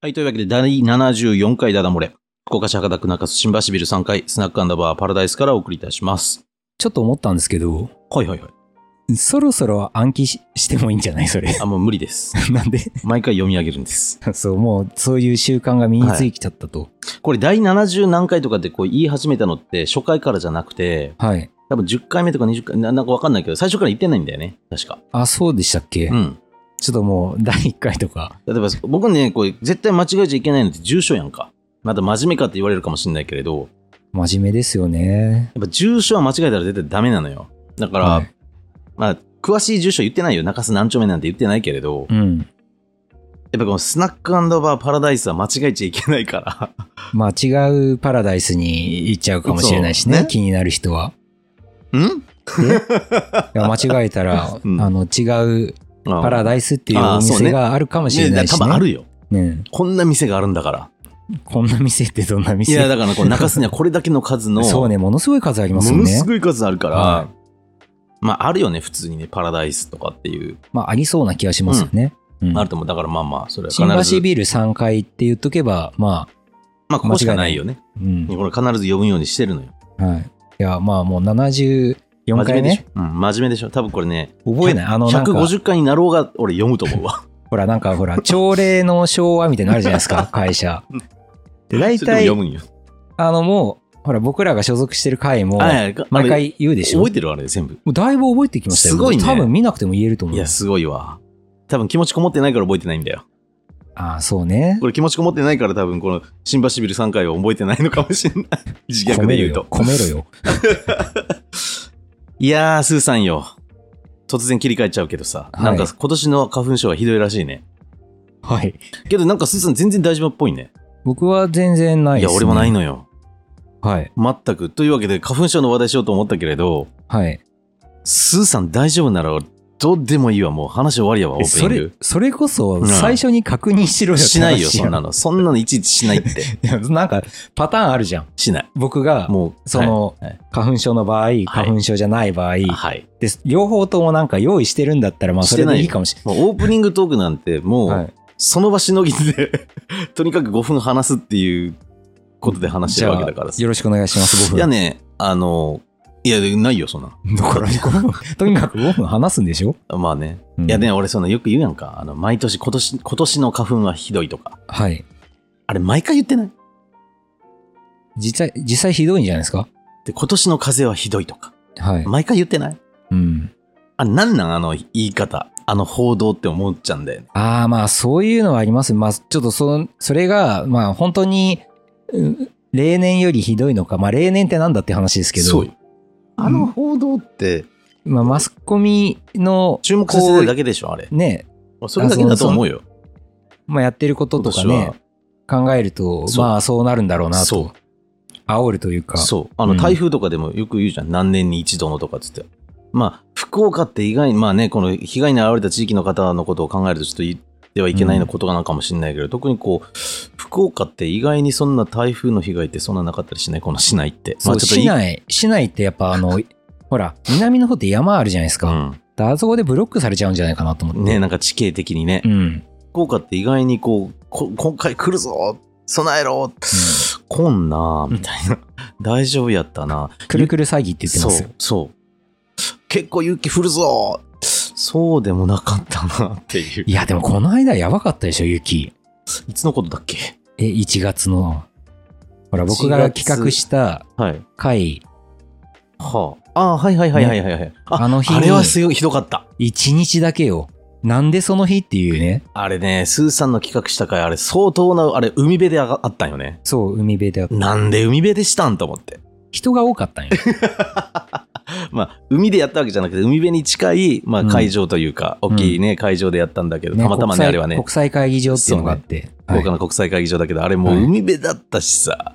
はい、というわけで、第74回ダダ漏れ。福岡市博多区中洲新橋ビル3階、スナックアンダーバーパラダイスからお送りいたします。ちょっと思ったんですけど、はいはいはい。そろそろ暗記ししてもいいんじゃないそれ。 あ、もう無理です。 なんで 毎回読み上げるんです。そう、もうそういう習慣が身についてきちゃったと。これ、第70何回とかってこう言い始めたのって、初回からじゃなくて、はい。多分10回目とか20回、ななんかわかんないけど、最初から言ってないんだよね。確か。あ、そうでしたっけ、うん。ちょっともう第1回とか。例えば、僕ね、これ、絶対間違えちゃいけないのって住所やんか。また真面目かって言われるかもしれないけれど、真面目ですよね。やっぱ住所は間違えたら絶対ダメなのよ。だから、はいまあ、詳しい住所言ってないよ。中洲何丁目なんて言ってないけれど、うん。やっぱこのスナックバーパラダイスは間違えちゃいけないから。まあ違うパラダイスに行っちゃうかもしれないしそね。うね気になる人は。んいや間違えた ら、うんあの違うパパライダイスっていうおあそうね店があるかもスしれないし、ね多分あるよ。ねこんな店があるんだから。こんな店ってどんない店や、だからこう中洲にはこれだけの数の、 そうね、ものすごい数ありますよものねす。ごい数あるから、はまああるよね、普通にね、パラダイスとかっていう、まあありそうな気がしますよね。うんあると思う。だからまあまあ、それは新必橋ず、ビル3階って言っとけば、まあ、まあここしかないよね。うん。これ必ず呼ぶようにしてるのよ。はい。いや、まあもう真74面目回でしね。ょ。うん、真面目でしょ。多分これね、覚えない。あの、なんか、 150回になろうが俺読むと思うわ。ほら、なんかほら、朝礼の昭和みたいになのあるじゃないで すか、会社。で、 大それ体で、も読むんよ。あのもう、ほら、僕らが所属してる会も、はいはい毎回言うでしょ。覚えもてるあれ全部。うだいぶ覚えてきましたよ。すごいね多分見なくても言えると思いうや、。すごいわ。多分気持ちこもってないから覚えてないんだよ。ああ、そうねこ。れ気持ちこもってないから多分この新橋ビル3回は覚えてないのかもし れない。自虐で言うと。込めろよ。いやー、スーさんよ。突然切り替えちゃうけどさ、はいなんか今年の花粉症はひどいらしいね。込めろよはい。けどなんかスーさん全然大丈夫っぽいね。僕は全然ないいです、や、ね。俺もないのよ。はい。全く。というわけで花粉症の話題しようと思ったけれど、はい。スーさん大丈夫ならどうでもいいわ。もう話終わりやわ、オーえプそニンれグ、。それこそ、ん最初に確認しろよって話しないよ、そんなの。の。そんなのいちいちしないって。 いやなんか、パターンあるじゃん。しない。僕が、もう、 その、はいはい花粉症の場合、花粉症じゃない場合、はい。で両方ともなんか用意してるんだったら、まあ、そしれてなでいいいかもしれもうオープニングトークなんてもう、ない。はいその場しのぎで とにかく5分話すっていうことで話してるわけだからさじゃあよろしくお願いします、5分。いやねあのいやないよそんなだから5分、とにかく5分話すんでしょ、 まあね、うんいやね俺そのよく言うやんかあの毎年今年今年の花粉はひどいとかはい。あれ毎回言ってない実際、実際ひどいんじゃないですかで今年の風邪はひどいとかはい。毎回言ってないうん。あなんなんあの言い方あの報道って思っちゃうんだよねああ、まあ、そういうのはあります。まあ、ちょっとその、それが、まあ、本当に、うん例年よりひどいのか、まあ、例年ってなんだって話ですけど、そうよあの報道ってまあ、マスコミの、注目させてるだけでしょあれこうね、それだけだと思うよまあ、やってることとかね、考えると、そうまあそうなるんだろうなそうと。煽るというか。そうあのうん台風とかでもよく言うじゃん、何年に一度のとかっつってまあ福岡って意外にまあねこの被害に遭われた地域の方のことを考えるとちょっと言ってはいけないのことなのかもしれないけど、特にこう福岡って意外にそんな台風の被害ってそんななかったりしないこの市内ってそうまあちょっとい市内、市内ってやっぱ あの、ほら、南の方って山あるじゃないですか。であそこでブロックされちゃうんじゃないかなと思っうて。ん、ねなんか地形的にね、うん。うん福岡って意外にこうこ今回来るぞ備えろ、こんなみたいな 大丈夫やったなくるくる詐欺って言ってますそうよ。そう結構雪降るぞそうでもなかったなっていういや、でもこの間やばかったでしょ、雪。いつのことだっけえ、1月の。ほら、僕1が月企画したはい回、はああーはいはいはいはいはいはい、ああの日あにれはすごいひどかった1日だけよ。なんでその日っていうね。あれねスーさんの企画した回あれ相当なあれ海辺であがあったんよねそう、海辺であった。なんで海辺でしたんと思って人が多かったんよ。まあ海でやったわけじゃなくて海辺に近い、まあ、うん会場というか、大きいね会場でやったんだけど、たまたま国ね際あれはね国際会議場っていうのがあって。福はい岡の国際会議場だけど、あれもうはい海辺だったしさ。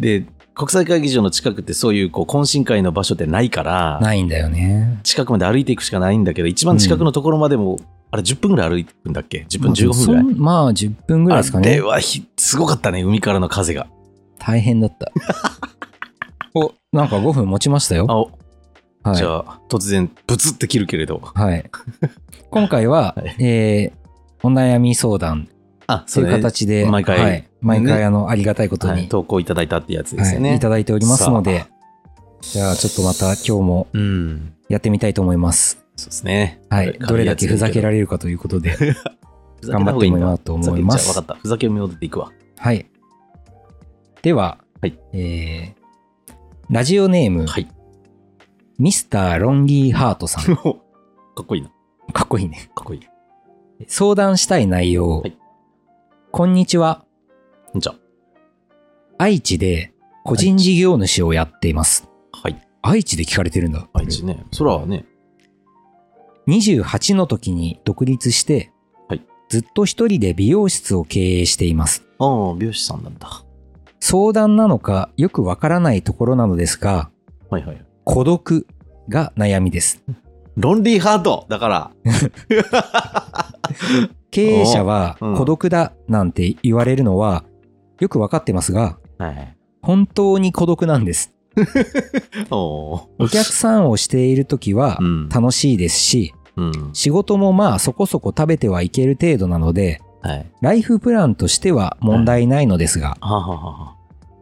で、国際会議場の近くってそういうこう懇親会の場所ってないから、ないんだよね。近くまで歩いていくしかないんだけど、一番近くのところまでも、あれ10分ぐらい歩いてくんだっけ ?10 分15分ぐらい。そんまあ10分ぐらいですかあれね はひすごかったね、海からの風が。大変だったお、なんか5分持ちましたよ。あ、おはい、じゃあ、突然、ブツって切るけれど。はい。今回は、 はいえーお悩み相談あ、とそいううね形で、毎回はい、毎回ねあの、ありがたいことに、はい投稿いただいたってやつですよはい、ねい。ただいておりますので、じゃあちょっとまた今日もうん。やってみたいと思います。そうですね。はい。どれだけふざけられれるかということで、る頑張ってもらおうとふざ思けいんじゃまうわかすっ。た。ふざけ目を出ていく わ。はい。では、はいえーラジオネーム、はい。ミスター・ロンリー・ハート さん。かっこいいな。かかっこいいね。っこいい。相談したい内容。はいこんにちは。じゃ愛知で個人事業主をやっています。あ、はい。愛知で聞かれてるんだ。愛知ね。そらね。 28の時に独立して、はいずっと一人で美容室を経営しています。ああ、美容師さんなんだ。相談なのかよくわからないところなのですが、はいはい。孤独が悩みです。ロンリーハートだから。経営者はおうん孤独だなんて言われるのはよくわかってますが、はい。本当に孤独なんです。おお。お客さんをしている時はうん。楽しいですし、うん。仕事もまあそこそこ食べてはいける程度なので、はい。ライフプランとしては問題ないのですが、はははは。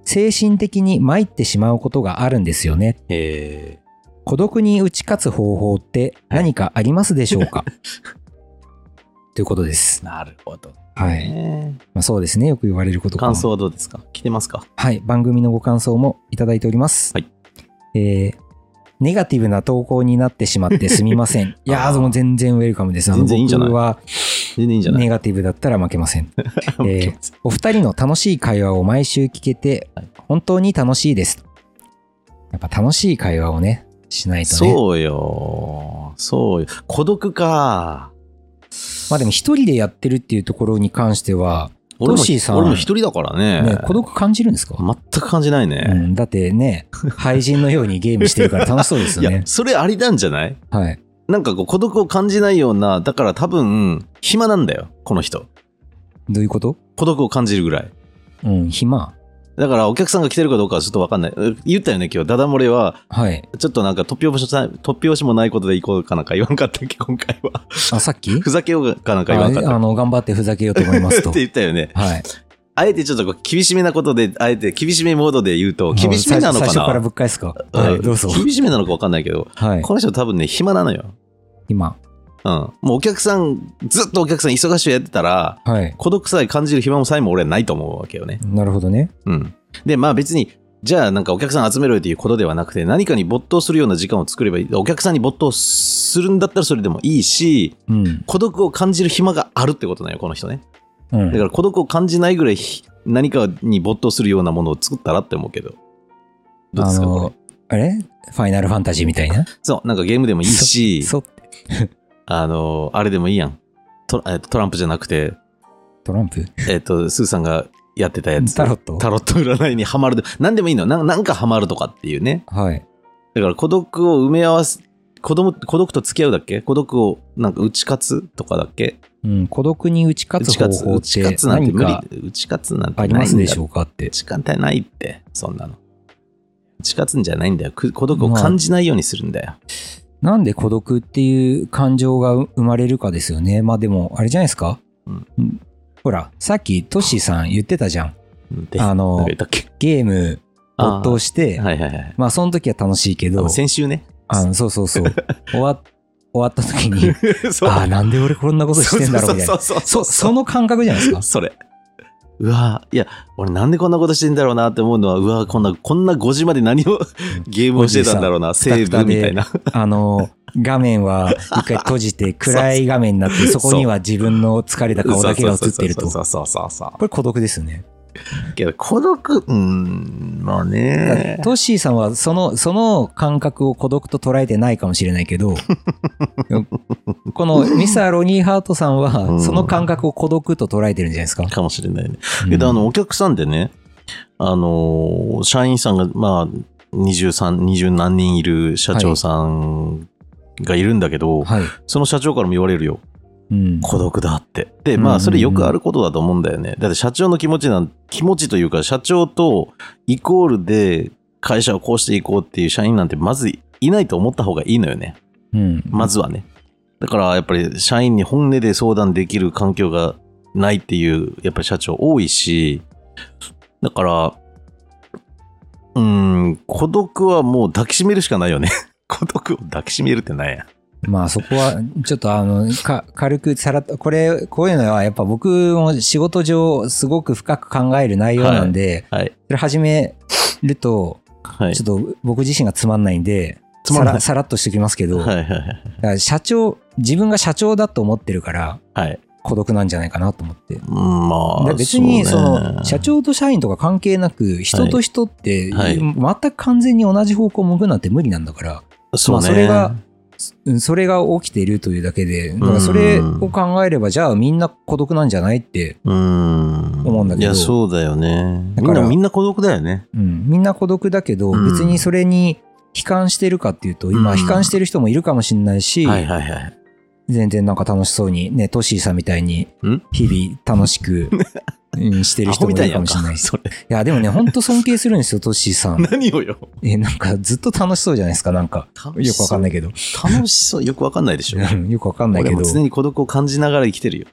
精神的に参ってしまうことがあるんですよね。え孤独に打ち勝つ方法って何かありますでしょ うか、ということですー、。なるほど。はい。ねまあ、そうですね。よく言われることかな感想はどうですか来てますかはい。番組のご感想もいただいております。はい。えー、ネガティブな投稿になってしまってすみ ません。いやあーー、でも全然ウェルカムです。あの全然いいんじゃない僕は全然いいんじゃない、 ネガティブだったら負けません。えー OK お二人の楽しい会話を毎週聞けてはい、本当に楽しいです。やっぱ楽しい会話をね、しないとね。そうよ。そうよ。孤独か。まあでも一人でやってるっていうところに関しては、俺もトシーさん俺も一人だからね。ね、孤独感じるんですか、全く感じないうね。ん、だっ てね、廃人のようにゲームしてるから楽しそうですいよねや、。それありなんじゃないはい。なんかこう孤独を感じないような、だから多分、暇なんだよ、この人。どういうこと孤独を感じるぐらい。うん、暇。だからお客さんが来てるかどうかはちょっとわかんない。う言ったよね、今日。ダダ漏れは、はい。ちょっとなんか突拍子もない突拍子もないことで行こうかなんか言わんかったっけ、 今回は。あ、さっきふざけようかなんか言わんかっあたあっの、頑張ってふざけようと思いますけ。とって。言ったよね。はい。あえてちょっとこう厳しめなことで、あえて厳しめモードで言うと、厳しめなのか最初最初からなぶっ返すか。うんはい、どうぞ。厳しめなのかわかんないけど、はい。この人多分ね、暇なのよ。今。うん。もうお客さん、ずっとお客さん忙しいやってたら、はい。孤独さえ感じる暇もさえも俺はないと思うわけよね。なるほどね。うん。で、まあ別に、じゃあなんかお客さん集めろよということではなくて、何かに没頭するような時間を作ればいい。お客さんに没頭するんだったらそれでもいいし、うん。孤独を感じる暇があるってことなんよ、この人ね。うだかん。ら孤独を感じないぐらいひ何かに没頭するようなものを作ったらって思うけど。どうであすかこのれ、あれファイナルファンタジーみたいな。そう、なんかゲームでもいいし、そ、あの、あれでもいいやん。トえっとトランプじゃなくて、トランプえっと、スーさんがやってたやつ。タロットタロット占いにハマる。何でもいいの。なんなんかハマるとかっていうね。はい。だから孤独を埋め合わす、子供、孤独と付き合うだっけ孤独をなんか打ち勝つとかだっけうん、孤独に打ち打勝つち方勝つ、法打っちて勝つなんて何無か理。打ち勝つなんてありなまいんすだでしょうかって。時間帯ないって、そんなの。打ち勝つんじゃないんだよ。く孤独を感じないようにするんだよ。なんで孤独っていう感情が生まれるかですよね。まあでも、あれじゃないですか、うんほら、さっきトッシーさん言ってたじゃん。であのなんか言ったっけゲーム没頭して、はいはいはい。まあその時は楽しいけあどの、先週ね。あのそうそ うそう。終わ終わった時に、そうああ、なんで俺こんなことしてんだろうみたいそな。うそうそそうその感覚じゃないです か。それ。うわいや、俺なんでこんなことしてんだろうなって思うのは、うわこんな、こんな5時まで何を ゲームをしてたんだろうな、セーブみたいな。あの、画面は一回閉じて暗い画面になって、そこには自分の疲れた顔だけが映っていると。そこうそうそうそうそれ孤独ですよね。う。けど、孤独、うーん、まあね。トッシーさんはその、その感覚を孤独と捉えてないかもしれない けど、このミサ・ロニー・ハートさんうは、んその感覚を孤独と捉えてるんじゃないですか。かもしれないね。うんけど、あの、お客さんでね、あの、社員さんが、まあ、23、20何人いる社長さんがいるんだけど、はい。その社長からも言われるよ。うん。孤独だって。で、うんまあ、それよくあることだと思うんだよね。だって社長の気持ちなん、気持ちというか、社長とイコールで会社をこうしていこうっていう社員なんてまずいないと思った方がいいのよね。うん。まずはね。だからやっぱり社員に本音で相談できる環境がないっていうやっぱり社長多いし、だから、うーん、孤独はもう抱きしめるしかないよね。 孤独を抱きしめるってなんや。まあそこは、ちょっとあの、か、軽くさらっと、これ、こういうのはやっぱ僕も仕事上すごく深く考える内容なんで、はい。それ始めると、はい。ちょっと僕自身がつまんないんで、つまんないさらさらっとしておきますけど、はいはいだから社長、自分が社長だと思ってるから、はい。はい。孤独なんじゃないかなと思って。うんまであ、別にうねその社長と社員とか関係なく人と人ってはい全く完全に同じ方向を向くなんて無理なんだからまあそれがうんそれが起きているというだけでだからそれを考えればじゃあみんな孤独なんじゃないって、うーん。思うんだけどいや、そうだよね。だみかんらな、みんな孤独だよね。うん、みんな孤独だけどうん別にそれに悲観してるかっていうと今うん悲観してる人もいるかもしれないしはいはいはい。全然なんか楽しそうにねトッシーさんみたいにん日々楽 しくうんしてアる人ホもみいたいるやかんもしれないか。し それ。いやでもねほんと尊敬するんですよトッシー さん。何をよ。。え、なんかずっと楽しそうじゃないですか、なんか。よくわかんないい けど。楽しそう。よくわかんないでしょ。うんよくわかんないけ俺ども。常に孤独を感じながら生きてるよ。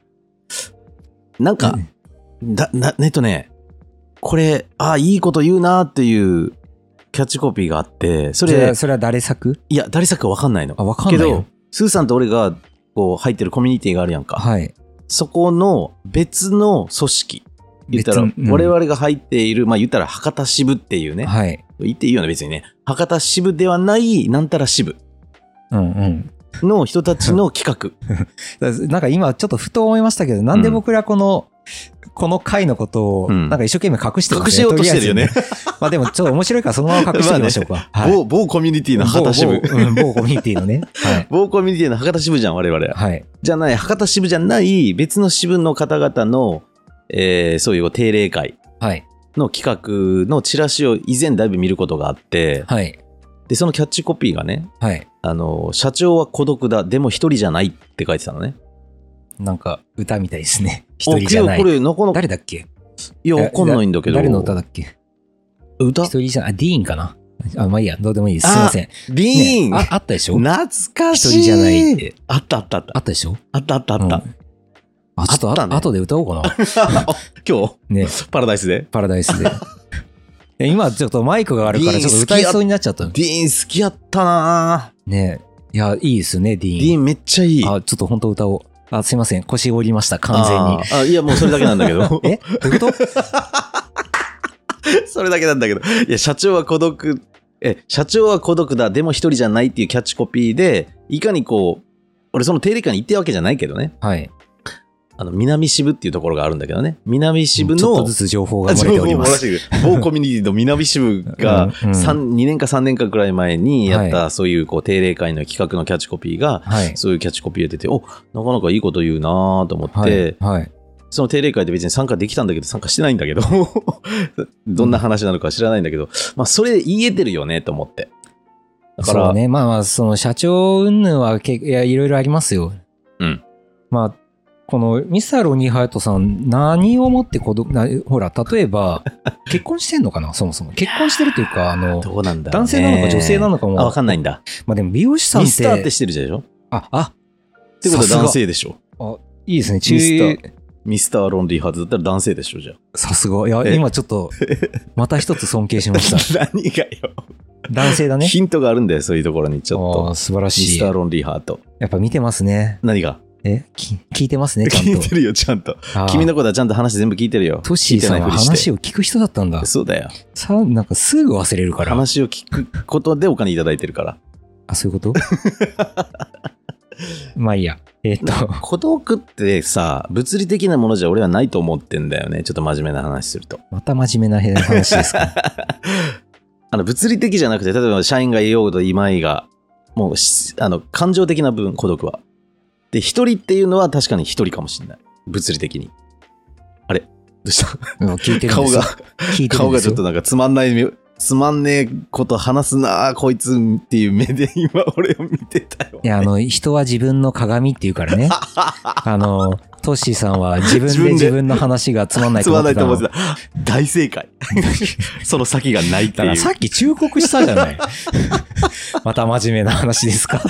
なんか、だ、な、えっとね、これ、ああ、いいこと言うなっていうキャッチコピーがあって、そそれれは、、それは誰作いや、誰作かわかんないの。あ、わかけんないよど。、スーさんと俺が、こう、入ってるコミュニティがあるやんか。はい。そこの別の組織。言ったら、別のうん我々が入っている、まあ言ったら博多支部っていうね、はい。言っていいよね、別にね。博多支部ではない、なんたら支部うんうん。の人たちの 企画。だなんか今ちょっとふと思いましたけど、なんで僕らこの、この回のことを、うんなんか一生懸命隠してるんで隠しようとしてるよねとりあえずまあでもちょっと面白いからそのまま隠しておきましょうか。はい。某、某コミュニティの博多支部。某某うん某コミュニティのね。はい。某コミュニティの博多支部じゃん、我々。はい。じゃない、博多支部じゃない、別の支部の方々の、えーそういう定例会はい。の企画のチラシを以前だいぶ見ることがあって、はい。で、そのキャッチコピーがね、はい。あの、社長は孤独だ、でも一人じゃないって書いてたのね。なんか歌みたいですね。一人じゃなおけい。よこれ、なかなか、誰だっけいや、わかんないんだけど。誰の歌だっけ歌一人じゃない、あ、ディーンかなあ、まあいいや、どうでもいいです。あすいません。ディーン、ねああったでしょ懐かしい一人じゃないってあったあったあったあ。ったでしょあったあったあった。うんあ、ちょっとあったあ、ね後で歌おうかな。あ今日、ね、パラダイスで。パラダイスで。 え今ちょっとマイクがあるから、ディちーょンっと歌いそうになっちゃった。ディーン好きやったなぁねいや、いいですね、ディーデン。ィーンめっちゃいい。あ、ちょっと本当歌おう。あ、すいません、腰折りました、完全に。。全に。あ、いや、もうそれだけなんだけどえどういうことそれだけなんだけど。いや、社長は孤独、え、社長は孤独だ、でも一人じゃないっていうキャッチコピーで、いかにこう、俺その定例会に行ってるわけじゃないけどね。はい。あの、南支部っていうところがあるんだけどね。南支部ちょっとのず、つ情報が漏れております。情報を漏らしてくる某コミュニティの南支部が、うんうん三2年か3年かくらい前にやっはた、そういうこう定例会の企画のキャッチコピーが、はい。そういうキャッチコピーが出て、おなかなかいいこと言うなぁと思って、はい。はい。その定例会で別に参加できたんだけど、参加してないんだけど、 どんな話なのか知らないんだけど、まあ、それ言えてるよねと思って。だかそら、うね。まあまあ、その社長云々はけいや、いろいろありますよ。うん。まあ、このミスターロニーハヤトさん、何をもって子供、なほら、例 えば、結婚してんのかな、そもそも。結婚してるというか、あの、どうなんだろうね、男性なのか女性なののかも。あ、わかんないんだ。まあでも、美容師さんっミて。スターってしてるじゃんでしょあ、あ、ってことはさすが男性でしょいいですね。ミスタ中ーミスターロンリーハーツだったら男性でしょじゃさすが。いや、え今ちょっと、また一つ尊敬し ました。あ。何がよ、男性だね。ヒントがあるんだよ、そういうところにちょっあーと。素晴らミしスいター。ロンリーハート。やっぱ見てますね。何がえ、き聞い てますね、ちゃん聞いとて。るよ、ちゃんと。あー君のことはちゃんと話全部聞いてるよ。トッシーさんは聞いてないふりして話を聞く人だったんだ。そうだよ。さ、なんかすぐ忘れるから。話を聞くことでお金いただいてるから。あ、そういうこと まあいいや。えーっ と、孤独ってさ物理的なものじゃ俺はないと思ってんだよねちょっと真面目な話するとまた真面目な話ですか。あの物理的じゃなくて例えば社員がいようといまいがもうしあの感情的な部分孤独はで一人っていうのは確かに一人かもしれない物理的にあれどうしたうん聞いてるん顔ですよが聞いてる顔んでがすちょよっとなんかつまんないつまんねえこと話すなあこいつっていう目で今俺を見てたよ。いや、あの、人は自分の鏡っていうか らね。あの、トッシーさんは自分自分でで自分の話がつまんないつとま思っんなていとたの。思ってた。大正 解。その先がないってだいかうら。さっき忠告したじ ゃない。また真面目な話ですかって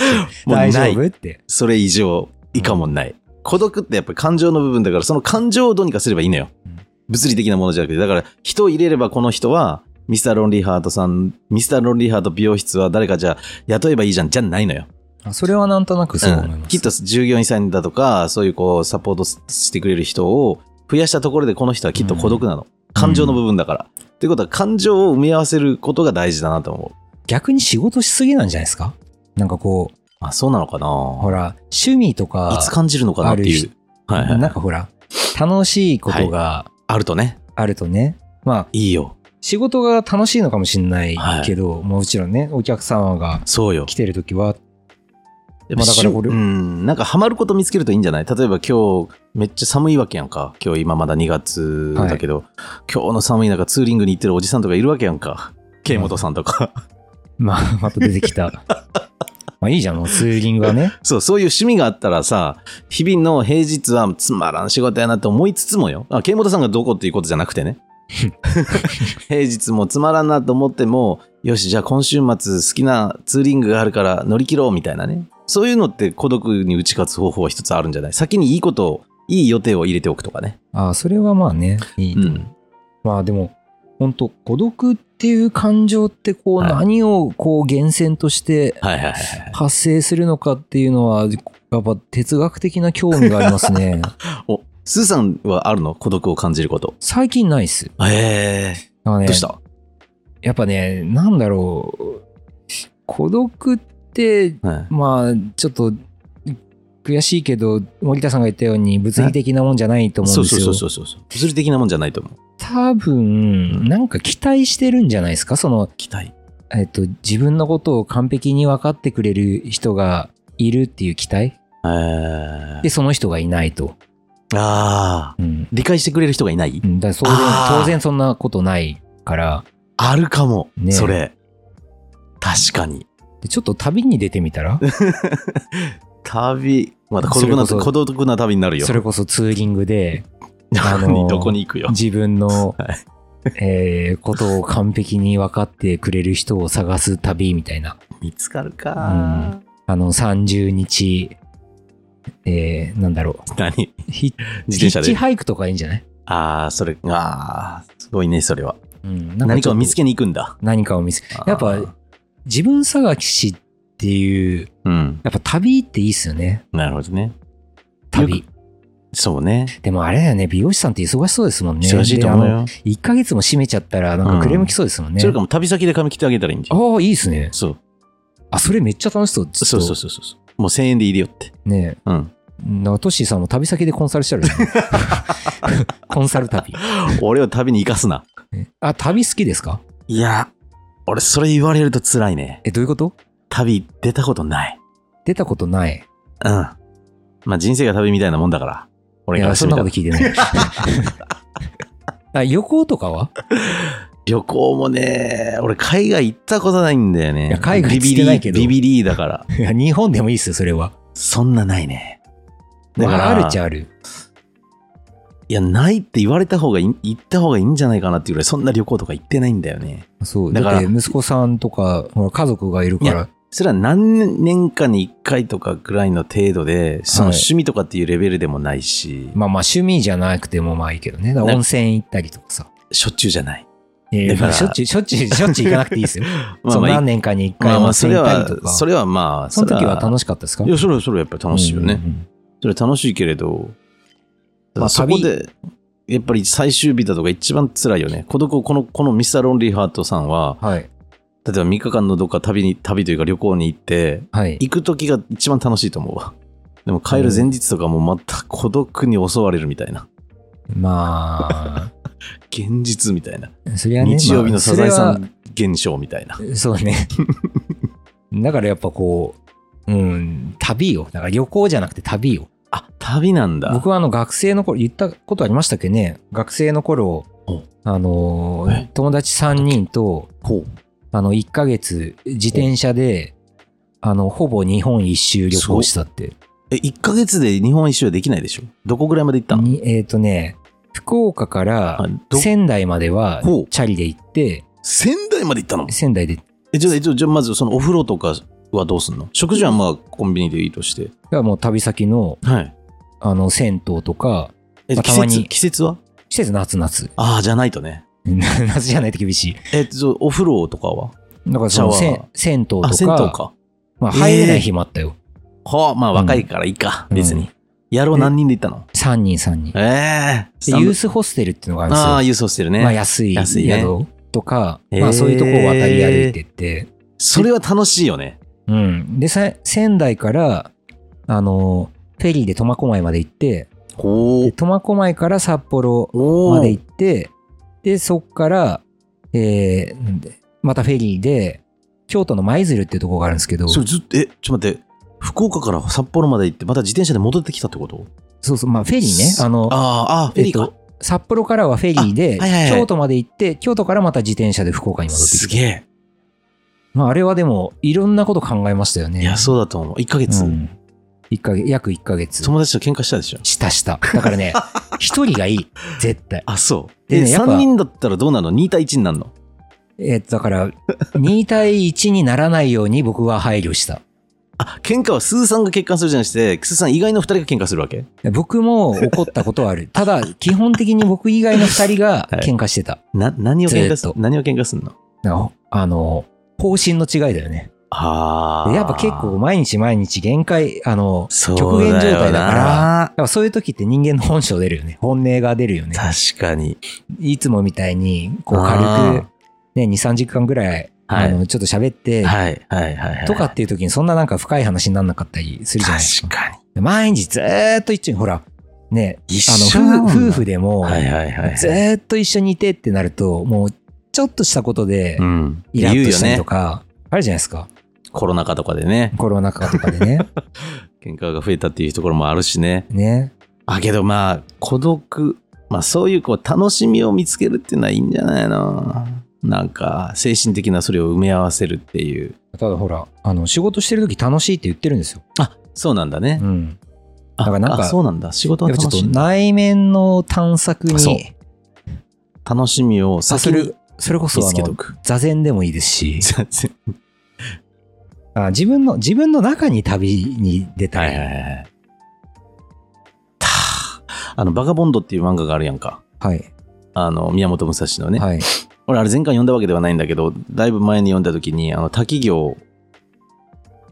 もうない大丈夫って。それ以上以下もない、孤独ってやっぱり感情の部分だからその感情をどうにかすればいいのよ、うん物理的なものじゃなくてだから人を入れればこの人はミスターロンリーハートさんミスターロンリーハート美容室は誰かじゃあ雇えばいいじゃんじゃないのよ、あそれはなんとなくそう思います。うんきっと従業員さんだとかそういうこうサポートしてくれる人を増やしたところでこの人はきっと孤独なの、感情の部分だから、っていうことは感情を埋め合わせることが大事だなと思う逆に仕事しすぎなんじゃないですかなんかこう、あそうなのかなほら、趣味とかいつ、感じるのかなっていうはいはいなんかほら、楽しいことがあるとねあるとね、まあ、いいよ仕事が楽しいのかもしれないはいけど、もちろんね、お客様がそうよ来てるときは、やっぱまあだからこれうん、なんかハマること見つけるといいんじゃない例えば今日めっちゃ寒いわけやんか今日今まだ2月だけど、今日の寒い中ツーリングに行ってるおじさんとかいるわけやんか慶本さんとか、まあ、また出てき た。まあいいじゃん、もうツーリングはね。そうそういう趣味があったらさ日々の平日はつまらん仕事やなって思いつつもよあ慶本さんがどこっていうことじゃなくて ね平日もつまらんなと思ってもよしじゃあ今週末好きなツーリングがあるから乗り切ろうみたいなねそういうのって孤独に打ち勝つ方法は一つあるんじゃない先にいいことをいい予定を入れておくとかねああ、それはまあね、いい。うんまあでも、本当孤独っていう感情って、こう、はい何をこう、源泉としてはいはいはいはい発生するのかっていうのは、やっぱ哲学的な興味があります ね。おスーさんはあるの孤独を感じること最近ないっす。ええだからねどうしたやっぱね、なんだろう。孤独って、はいまあ、ちょっと、悔しいけど、森田さんが言ったように物理的なもんじゃないと思うんそうでそうすそよう。そうそう物理的なもんじゃないと思う多分、なんか期待してるんじゃないですかその、期待えっと、自分のことを完璧に分かってくれる人がいるっていう期待えで、その人がいないと。ああうん。理解してくれる人がいないうんだからあー当然当然そんなことないから、あるかも、ねえそれ確かにでちょっと旅に出てみたら、旅また孤独なそれこそ孤独な旅になるよそれこそツーリングで、あのー どこに行くよ自分の、はえーことを完璧に分かってくれる人を探す旅みたいな。見つかるうんあの、30日、えー、なんだろ何う。ヒッ自転車ヒッチでハイクとかいいんじゃない、ああそれああすごいねそれはうん、何かを見つけけに行くんだ何かを見つけ。やあっぱー、自分探しっていう、うんやっぱ旅っていいっすよね。なるほどねよ旅。そうねでもあれだよね、美容師さんって忙しそうですもんね。忙しいと思うであのよ1ヶ月も閉めちゃったら、なんかクレーム来そうですもんね。それかも旅先で髪切ってあげたらいいんじゃんああ、いいっすね。そうあ、それめっちゃ楽しそう。ずっとそうそうそうそうもう1000円でいいよってねえ うんなんかトッシーさんも旅先でコンサルしてるよね コンサル旅。俺を旅に生かすなあ、旅好きですかいや俺それ言われると辛いねえ、どういうこと旅出たことない出たことない。うんまあ人生が旅みたいなもんだからい俺かや、らしてそんみたなこらと聞いてない。 あ旅行とかは旅行もね俺海外行ったことないんだよねいや海外ビビ行ってないけどリビビリだからいや、日本でもいいっすよ、それは。そんなないねだだかからら、あるっちゃある。いやないって言われた方がいい行った方がいいんじゃないかなっていうぐらいそんな旅行とか行ってないんだよねそう。だだからって、息子さんとか、ほら、家族がいるかいら。それは何年かに1回とかぐらいの程度でそのはい趣味とかっていうレベルでもないし、まあまあ、趣味じゃなくてもまあいいけどね。だからね温泉行ったりとかさ。しょっちゅうじゃないいやいやだからまあしょっちゅう、しょっち ゅう、しょっちゅう行かなくていいですよ。まあそのまあ何年かに一ま回あま温あそ泉れ行ったりはとか。それはまあその時は楽ししかったですかいやそれはそれはやっぱり楽しいよね、うんうんうんそれは楽しいけれど、まあそこでやっぱり最終日だとか一番辛いよね孤独をこのこのミスターロンリーハートさんははい。例えば3日間のどっか旅に旅というか旅行に行ってはい。行く時が一番楽しいと思うわでも帰る前日とかもうまた孤独に襲われるみたいなま現実みたいなあ、それはね、日曜日のサザエまさあん現象みたいなそれはそう ね。だからやっぱこう、うん、旅よ。だから旅行じゃなくて旅よ。あ旅なんだ僕はあの学生の頃、言ったことありましたっけね。学生の頃お、あのえー友達3人とほう。あの1ヶ月自転車であのほぼ日本一周旅行したってえ、1ヶ月で日本一周はできないでしょどこぐらいまで行ったのにえっ、とね福岡からあど仙台まではほうチャリで行って仙台まで行ったの仙台でえ、じゃあ、じゃあじゃあまずそのお風呂とかはどうすんの食事はまあコンビニでいいとして。がもう旅先のはい。あの銭湯とかえ、まあ季たまに節、季節は季節夏夏ああ、じゃないとね。 夏じゃないと厳しいえっと、お風呂とかはだからそのシャワーせん銭湯とかあ、銭湯か。まあ、入れない日もあったよ、はあ、まあ若いからいいか、うん別に。野郎何人で行ったの3人3人でええユースホステルっていうのがあるんですよああ、郵送してるね。まあ、安い安宿いねとか、へーまあ、そういうとこを渡り歩いてって、それは楽しいよね。うん、でさ仙台からあのフェリーで苫小牧まで行ってほで。苫小牧から札幌おまで行ってでそっから、えーなんでまたフェリーで京都の舞鶴っていうとこがあるんですけどそれずっと、え、ちょっと待って、福岡から札幌まで行って、また自転車で戻ってきたってことそうそうまあフェリーねあのあーあー、フェリーか。えっと札幌からはフェリーで、あはいはいはい京都まで行って京都からまた自転車で福岡に戻ってすきて、げえ。まあ、あれはでもいろんなこと考えましたよねいや、そうだと思う。1ヶ月、うん、一ヶ月約1ヶ月友達と喧嘩したでしょ。したしただからね 一人がいい絶対あ、そう。でで、ねやっぱ3人だったらどうなるの ?2 対1になるのえっとだから2対1にならないように僕は配慮したあ、喧嘩はスーさんが結婚するじゃなくて、スーさん以外の2人が喧嘩するわけ僕も怒ったことは あるただ基本的に僕以外の2人がはい喧嘩してた、な、何を喧嘩ずすーっると何を喧嘩するのなあの方針の違いだよねああ。でやっぱ結構、毎日毎日限界あの極極限状態だからら。やっぱそういう時って人間の本性出るよね本音が出るよね確かに。いつもみたいにこうあ軽ーく、ね、23時間ぐらい、はいあのちょっと喋って、はい、はい、はいはい。とかっていう時にそんななんか深い話にならなかったりするじゃないです確か。かに。毎日ずーっと一緒にほらね一あ緒なのんだ夫夫婦でもはいはいはいはい。ずーっと一緒にいてってなるともうちょっとしたことでうん。イラ言ッうとよしたりねと。か、あるじゃないですかコロナ禍とかでね、コロナ禍とか でね。喧嘩が増えたっていうところもあるしね。ねあ、けどまあ、孤独、まあそういうこう、楽しみを見つけるっていうのはいいんじゃないのなんか、精神的なそれを埋め合わせるっていう。ただほらあの仕事してる時楽しいって言ってるんですよ。あ、そうなんだねう。ん、あだからなんかあそうなんだ。仕事やはっぱちょ楽っしといんだ。内面の探索あそうに楽しみをさ先せにるそれこそ見あつけとの く。座禅でもいいですし全然あ自分の自分の中に旅に出た。はいいはいはいはい。たああの、バガボンドっていう漫画があるやんか。はい。あの、宮本武蔵のね。はい。俺あれ前回読んだわけではないんだけどだいぶ前に読んだ時にあの滝行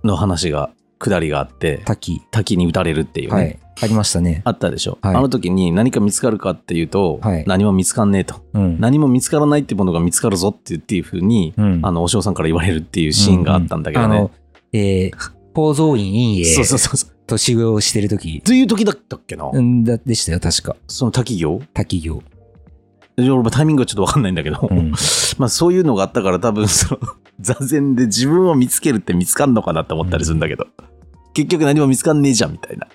の話が下りがあって滝。滝に打たれるっていうね、はい。ありましたね。あったでしょ、はいあの時に何か見つかるかっていうと、はい何も見つかんねえとうん。何も見つからないってものが見つかるぞってっていうふうに、うんあのお嬢さんから言われるっていうシーンがあったんだけどね、ううあの、えー、構造院陰そうそう影そうそうと修行をしてる時という時だったっけな、うんだでしたよ、確か。その滝行滝行。俺もタイミングがちょっと分かんないんだけど、うんまあそういうのがあったから多分その座禅で自分を見つけるって見つかんのかなって思ったりするんだけど、結局何も見つかんねえじゃんみたいな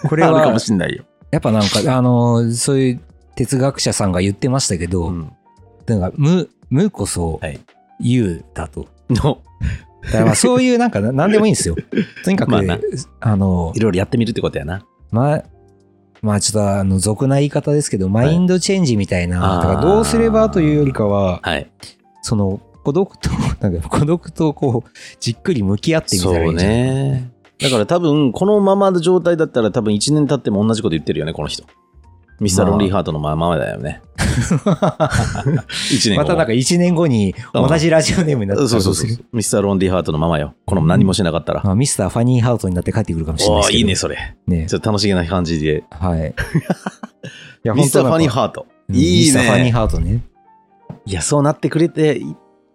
ここ れあるかはも、しんないよ、やっぱなんか、あのー、そういう哲学者さんが言ってましたけど、うんなんか、無、無こそはい、有だと。のだからまあそういう、なんか、ななんでもいいんで すよ。とにかく、まああなのい、ろいろやってみるってことやなまあ、まあちょっとあの俗な言い方ですけど、マインドチェンジみたいな、はいだからどうすればというよりかは、はいその孤独と、 なんか孤独とこう、じっくり向き合ってみたそらいいうんじゃないねだから多分このままの状態だったら多分1年経っても同じこと言ってるよねこの人ミスターロンリーハートのままだよね 1年後またなんか1年後に同じラジオネームになってそうたそうりそうそうミスターロンリーハートのままよこの何もしなかったら、まあ、ミスターファニーハートになって帰ってくるかもしれないおでーすけど。いいねそれねちょっと楽しげな感じで はい。いやミスターファニーーハート。ミいいスターファニーね。ハートね。いや、そうなってくれて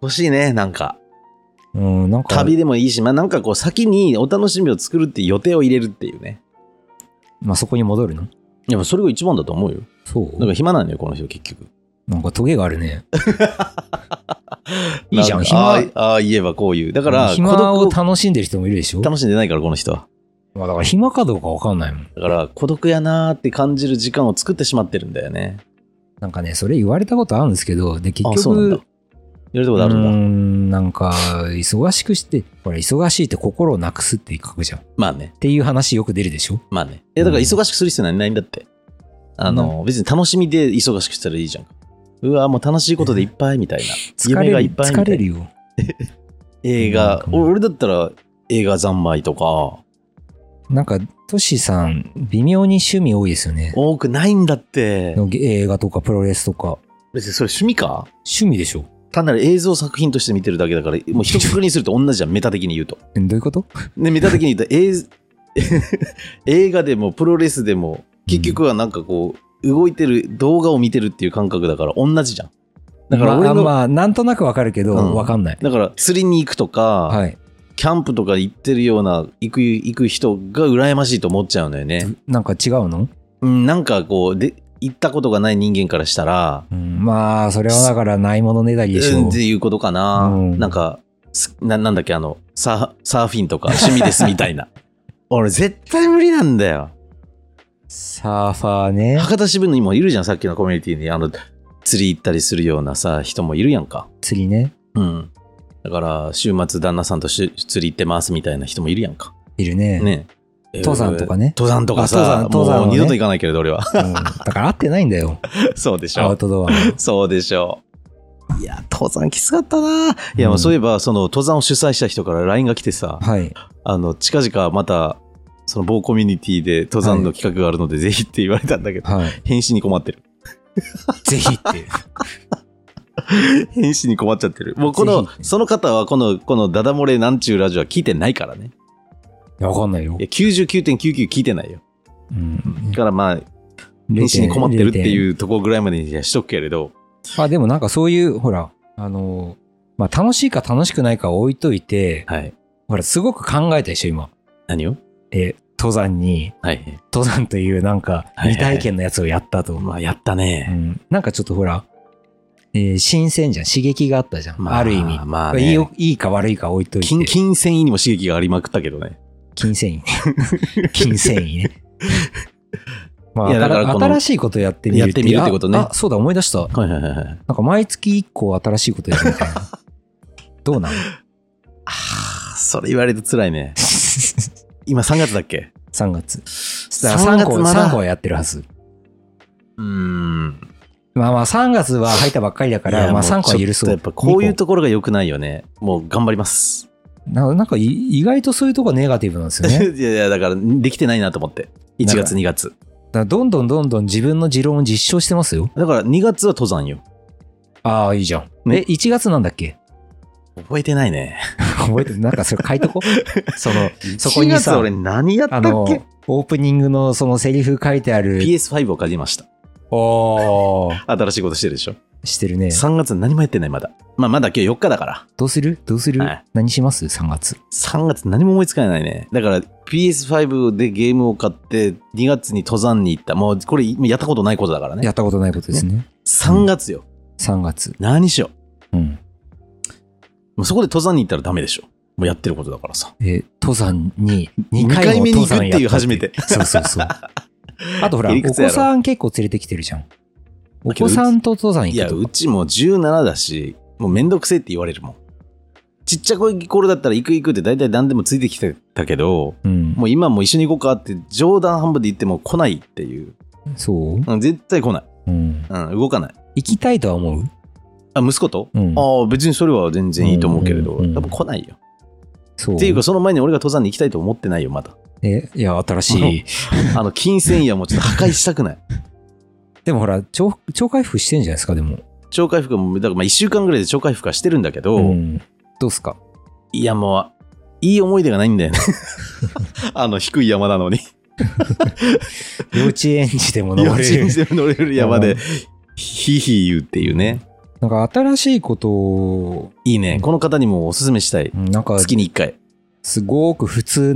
欲しいね、なんか。うん、なんか、旅でもいいし、まあ、なんかこう、先にお楽しみを作るっていう予定を入れるっていうね。まあそこに戻るのいや、それが一番だと思うよ。そうなんか暇なんだよ、この人、結局。なんかトゲがあ るね。いいじゃんなか暇あーあー、言えばこういう。だから、孤暇を独を楽しんでる人もいるでしょ楽しんでないから、この人は。まあだから暇かどうかわかんないもん。だから、孤独やなーって感じる時間を作ってしまってるんだよね。なんかね、それ言われたことあるんですけど、で、結あ、そうなんだ局、。やることうあるんだ。ーん、なんか、忙しくして、ほら、忙しいって心をなくすって書くじゃん。っまあね、ていう話よく出るでしょまあね。え、だから忙しくする必要ないんだって。あの、別に楽しみで忙しくしたらいいじゃん。うわ、もう楽しいことでいっぱいみたい な。疲れ夢がいるっぱいみたい疲れるよ。映な画んか、もう俺俺だったら映画三昧とか、なんか、トシさん、微妙に趣味多いですよね。多くないんだって。の映画とかプロレスとか。別にそれ趣味か趣味でしょ単なる映像作品として見てるだけだから、もう一括りにすると同じじゃん、メタ的に言うと。えどういうことね、メタ的に言うと映、 映画でもプロレスでも、結局はなんかこう、動いてる動画を見てるっていう感覚だから同じじゃん。だから俺まあ、の、まあ、なんとなくわかるけど、うんわかんない。だから釣りに行くとか、はい。キャンプとか行ってるような、行く、行く人が羨ましいと思っちゃうんだよね。なんか違うのうん、なんかこう、で、行ったことがない人間からしたら、うん、まあ、それはだから、ないものねだりでしうんょっ。ていうことかな。うんなんかすな、なんだっけ、あの、サーサーフィンとか趣味ですみたい な。俺、絶対無理なんだよ。サーファーね。博多支部にもいるじゃん、さっきのコミュニティに、あの、釣り行ったりするようなさ、人もいるやんか。釣りね。うん。だから、週末、旦那さんとし釣り行ってますみたいな人もいるやんか。いるね。ね。登山とかね登山とかあさ、登山登山はねもう二度と行かないけれど、俺は。 うんだから合ってないんだよ。そうでしアょウ。トドア。そうでしょう。いや、登山きつかったな。いや、うんもうそういえば、その登山を主催した人から LINE が来て さ、はい。あの、近々また、その某コミュニティで登山の企画があるので、ぜひって言われたんだ けど、はい。返信に困ってる。ぜひって。返信に困っちゃってる。もうこのぜ、ひその方はこの、このダダ漏れなんちゅうラジオは聞いてないからね。いやわかんないよいや、。99.99聞いてないよ。うんだ。からまあ、返信に困ってるっていうところぐらいまでにはしとくけれど、あでもなんかそういうほらあのまあ楽しいか楽しくないかは置いといてはい。ほらすごく考えたでしょ今何をえ登山にはい。登山というなんかはいはい未体験のやつをやったと、まあ、やったね。うん、なんかちょっとほら、えー新鮮じゃん刺激があったじゃん、まあ、ある意味、まあ、ね、いいよいいか悪いか置いといて金金繊維にも刺激がありまくったけどね。筋繊維ね 筋繊維ねまあいやだからこの新しいことやってみるいうやってみるってことねああそうだ思い出したはいはいはいはい。なんか毎月1個新しいことやるみたいなど うなのあそれ言われると辛いね。今3月だっけ3月。だから3個三月まだ三個はやってるはず。うーん。まあまあ3月は入ったばっかりだかいら、やまあも3個は許そちょう。っとやっぱこういう二個ところが良くないよね。もう頑張ります。ななんかい意外とそういうとこネガティブなんですよ ね。いやいや、だからできてないなと思って。1月2月。だからどんどんどんどん自分の持論を実証してますよ。だから2月は登山よ。ああ、いいじゃん。ねえ、1月なんだっけ 覚えてないね。覚えてるなんかそれ書いとこその、 そこ1に月さ、俺何やったあっ のけ、オープニングのそのセリフ書いてある、 ?PS5 を借りました。おー、新しいことしてるでしょ。してるね。 3月何もやってないまだ。まあまだ今日4日だから。どうするどうする、はい何します ?3 月。 3月何も思いつかないね。だから PS5 でゲームを買って2月に登山に行った。もうこれやったことないことだからね。やったことないことですね。 3月よ。 3月。何しよう。うん。もうそこで登山に行ったらダメでしょ。もうやってることだからさ。えー登山に二2回回も目に行登くっ山ていうやった初めてそうそう そう。あとほら、へおりくつや子ろさん結構連れてきてるじゃん。おだけど子さんと登山い行や、くうちもう17だし、もうめんどくせえって言われるもん。ちっちゃい頃だったら行く行くって大体何でもついてきてたけど、と。うん。もう今もう一緒に行こうかって冗談半分で言っても来ないっていう。そううん、絶対来ない。うん。うん、動かない。行きたいとは思うあ、息子と、うんああ、別にそれは全然いいと思うけれど、うんうんうんやっぱ来ないよ。そう。っていうか、その前に俺が登山に行きたいと思ってないよ、 まだ。え、いや、新しい。あの、金銭やもうちょっと破壊したくない。 でもほら、超、超回復してんじゃないですか、でも。超回復も、だからまあ1週間ぐらいで超回復はしてるんだけど、うん。どうっすかいやもう、いい思い出がないんだよね。 あの、低い山なのに。幼稚園児でも幼登稚れ園る。で乗れる山で、ひいひい言うっていうね。なんか新しいことを、いいね。この方にもおすすめしたい。うんなんか、月に1回。すごく普通はい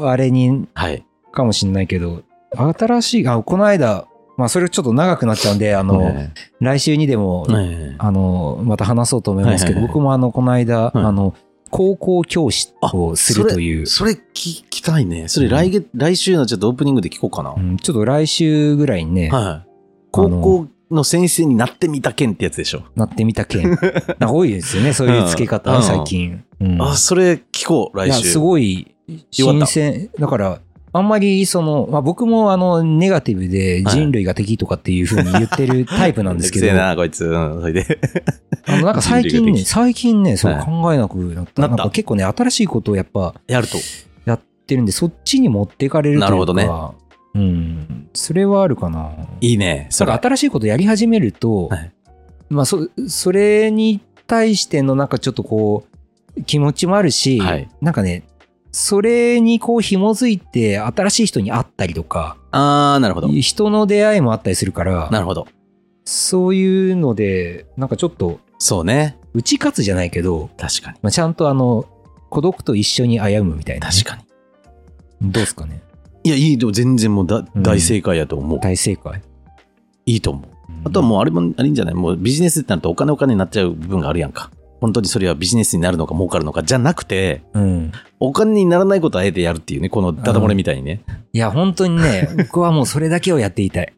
な、あれにはい。かもしんないけど、新しい、あ、この間、まあそれちょっと長くなっちゃうんで、あの、ね来週にでも、えねえあの、また話そうと思いますけど、はいはいはい僕もあの、この間、いあの、高校教師をするという、それ聞きたいね。それ来月、来週のちょっとオープニングで聞こうかな。うんちょっと来週ぐらいにね、はい。高校の先生になってみた件ってやつでしょ。なってみた件。 なんか多いですよね、そういう付け方、うん最近。うんあ、それ聞こう、い来や週。すごい新鮮。だから、あんまりその、まあ、僕もあの、ネガティブではい人類が敵とかっていうふうに言ってるタイプなんですけう ど、るせえな、こいつ。うん、それで。あのなんか最近人類がね、敵最近ね、そうはい考えなくなった。なったんか結構ね、新しいことを やっぱやると。やってるんで、そっちに持っていかれるというか、なるほどねうん、それはあるかな。いいね。なそんかれ。新しいことやり始めると、はいまあそ、それに対してのなんかちょっとこう、気持ちもあるし、はいなんかね、それにこう紐づいて新しい人に会ったりとか、あー、なるほど。人の出会いもあったりするから、なるほど。そういうので、なんかちょっとそうね。打ち勝つじゃないけど、確かに。まあ、ちゃんとあの、孤独と一緒に歩むみたいなね、確かに。どうですかね。いや、いい、でも全然もうだうん大正解やと思う。大正解。いいと思う。あとはもう、あれも、あれいいんじゃないもうビジネスってなるとお金お金になっちゃう部分があるやんか。本当にそれはビジネスになるのか儲かるのかじゃなくて、うん、お金にならないことはあえてやるっていうね、このダダ漏れみたいにね。いや、本当にね、僕はもうそれだけをやっていたい。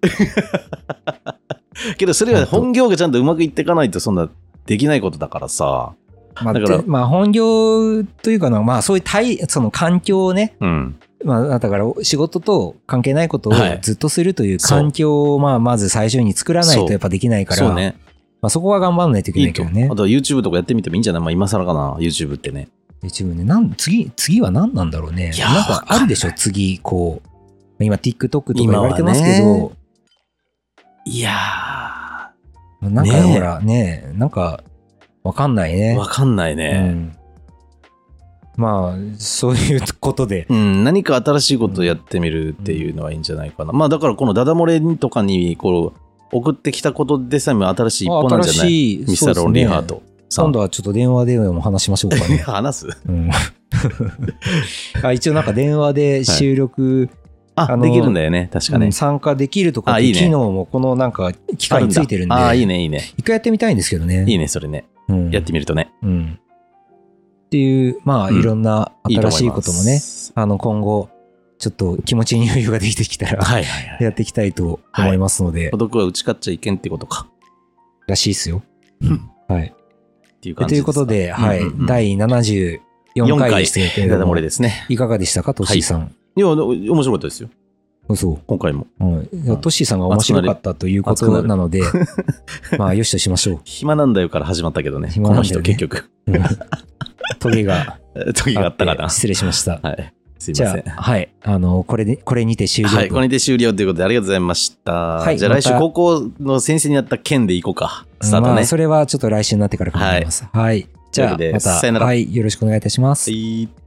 けどそれは本当本業がちゃんとうまくいっていかないとそんなできないことだからさ。まあ、だからてまあ、本業というかな、まあ、そういう対その環境をね、うん。まあ、だから仕事と関係ないことをはいずっとするというそう環境を、まあ、まず最初に作らないそうとやっぱできないから、そうね。まあ、そこは頑張らないといけいないいけとど思ねう。あ。とは YouTube とかやってみてもいいんじゃないまあ今更かな、YouTube ってね。 YouTube ねなん次、次は何なんだろうね。いやーなんかあるでしょ、次、こう。今、TikTok とか言われてますけ今はど、いやなんかねえほらね、なんか、わかんないね。ー、わかんないうね。んまあ、そういうことで。うん、何か新しいことをやってみるっていうのはいいんじゃないかな。まあだからこのダダ漏れとかにこう送ってきたことでさえも新しい一歩なんじゃないいミスターロンリーハートさん。今度はちょっと電話でも話しましょうか ね。話すうんあ一応なんか電話で収録、ああのできるんだよね。確かねうん。参加できるとかっあていいいね機能もこのなんか機あ械についてるんでああ、いいね、いいね。一回やってみたいんですけどね。いいね、それね。うんやってみるとね。うんっていうまあうんいろんな新しいこともね、いとあの今後ちょっと気持ちに余裕ができてきた思いら、ますはいはいはい。やっていきたいと思いますので、孤独は打ち勝っちゃいけんってことか。らしいですよ。はい、っていうで感とじでいうすかことで、はいうんうんうん第74 4回回でしたけれダどダ漏もれ、ですね。いかがでしたか、としーさん。いや、面白かったですよ。そう。今回も。うんいや、トッシーさんが面白かったということなので、 まあ、よしとしましょう。暇なんだよから始まったけどね。暇こなのんだよ人ね結局、 トゲが時がああっったてか、ら。失礼しました。はい。すいじまゃせんあ、。はい。あの、これで、これにて終了と。はい、これで終了ということでありがとうございました。いじゃあ来週また高校の先生になった件でいこうか。スタートまね。あ、それはちょっと来週になってから考えます。はい。じゃあという、ことでまた、さよならはい。よろしくお願いいたしますは。い